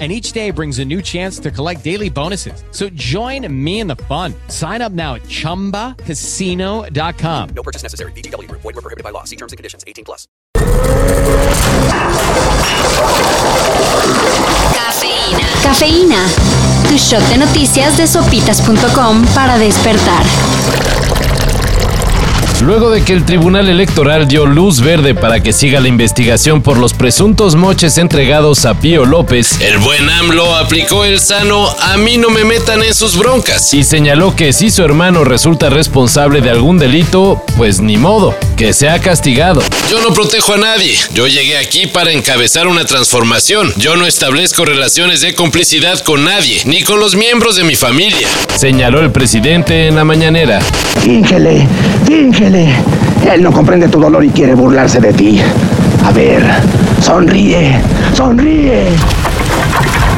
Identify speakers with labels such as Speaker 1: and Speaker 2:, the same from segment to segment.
Speaker 1: and each day brings a new chance to collect daily bonuses. So join me in the fun. Sign up now at ChumbaCasino.com.
Speaker 2: No purchase necessary. VGW Group. Void were prohibited by law. See terms and conditions. 18 plus.
Speaker 3: Cafeína. Cafeína. Tu shot de noticias de sopitas.com para despertar.
Speaker 4: Luego de que el Tribunal Electoral dio luz verde para que siga la investigación por los presuntos moches entregados a Pío López, el buen AMLO aplicó el sano a mí no me metan en sus broncas y señaló que si su hermano resulta responsable de algún delito, pues ni modo, que sea castigado. Yo no protejo a nadie, yo llegué aquí para encabezar una transformación, yo no establezco relaciones de complicidad con nadie, ni con los miembros de mi familia, señaló el presidente en la mañanera.
Speaker 5: Íngele, íngele. Él no comprende tu dolor y quiere burlarse de ti. A ver, sonríe, sonríe.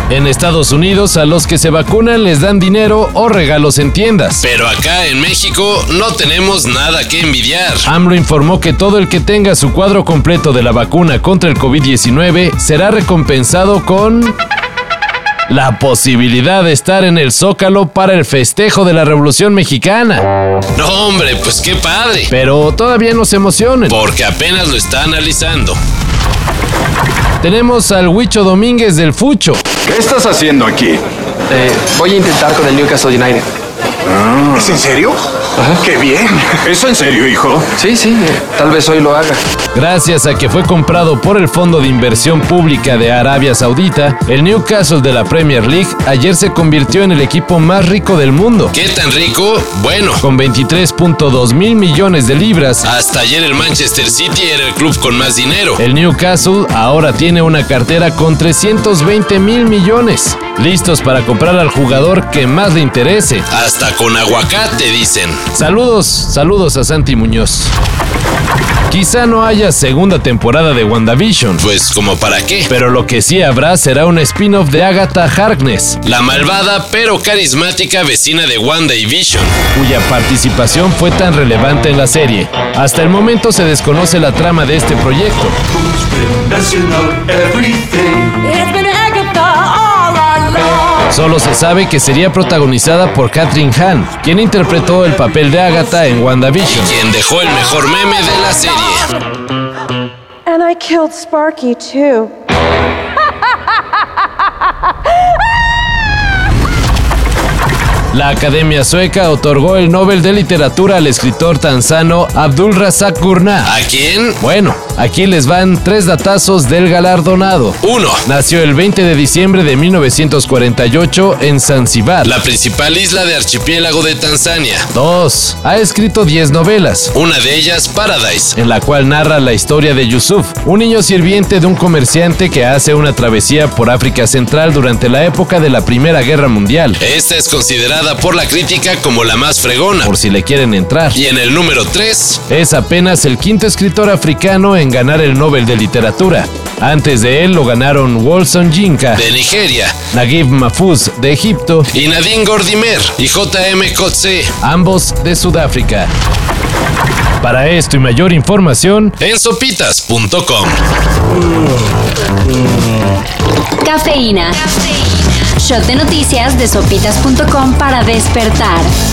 Speaker 4: En Estados Unidos a los que se vacunan les dan dinero o regalos en tiendas. Pero acá en México no tenemos nada que envidiar. AMLO informó que todo el que tenga su cuadro completo de la vacuna contra el COVID-19 será recompensado con... La posibilidad de estar en el Zócalo para el festejo de la Revolución Mexicana. No, hombre, pues qué padre. Pero todavía no se emocionen. Porque apenas lo está analizando. Tenemos al Huicho Domínguez del Fucho.
Speaker 6: ¿Qué estás haciendo aquí?
Speaker 7: Eh, voy a intentar con el Newcastle United.
Speaker 6: ¿Es en serio? ¡Qué bien! Ah. ¿Es en serio, hijo?
Speaker 7: Sí, sí, eh, tal vez hoy lo haga.
Speaker 4: Gracias a que fue comprado por el Fondo de Inversión Pública de Arabia Saudita, el Newcastle de la Premier League ayer se convirtió en el equipo más rico del mundo. ¿Qué tan rico? Bueno, con 23.2 mil millones de libras. Hasta ayer el Manchester City era el club con más dinero. El Newcastle ahora tiene una cartera con 320 mil millones. Listos para comprar al jugador que más le interese. Hasta con aguacate, dicen. Saludos, saludos a Santi Muñoz. Quizá no haya segunda temporada de WandaVision. Pues como para qué. Pero lo que sí habrá será un spin-off de Agatha Harkness. La malvada pero carismática vecina de Wanda y Vision. Cuya participación fue tan relevante en la serie. Hasta el momento se desconoce la trama de este proyecto.
Speaker 8: It's been Agatha all along.
Speaker 4: Solo se sabe que sería protagonizada por Katherine Hahn, quien interpretó el papel de Agatha en WandaVision. quien dejó el mejor meme de la serie.
Speaker 8: And I killed Sparky too.
Speaker 4: La Academia Sueca otorgó el Nobel de Literatura al escritor tanzano Abdul Razak Gurnah. ¿A quién? Bueno, aquí les van tres datazos del galardonado. Uno. Nació el 20 de diciembre de 1948 en Zanzíbar, la principal isla de archipiélago de Tanzania. Dos. Ha escrito 10 novelas, una de ellas Paradise, en la cual narra la historia de Yusuf, un niño sirviente de un comerciante que hace una travesía por África Central durante la época de la Primera Guerra Mundial. Esta es considerada por la crítica como la más fregona. Por si le quieren entrar. Y en el número 3 es apenas el quinto escritor africano en ganar el Nobel de Literatura. Antes de él lo ganaron Wolson Jinka de Nigeria, Naguib Mahfouz de Egipto y Nadine Gordimer y J.M. Kotze, ambos de Sudáfrica. Para esto y mayor información en sopitas.com.
Speaker 3: Cafeína. Shot de noticias de sopitas.com para despertar.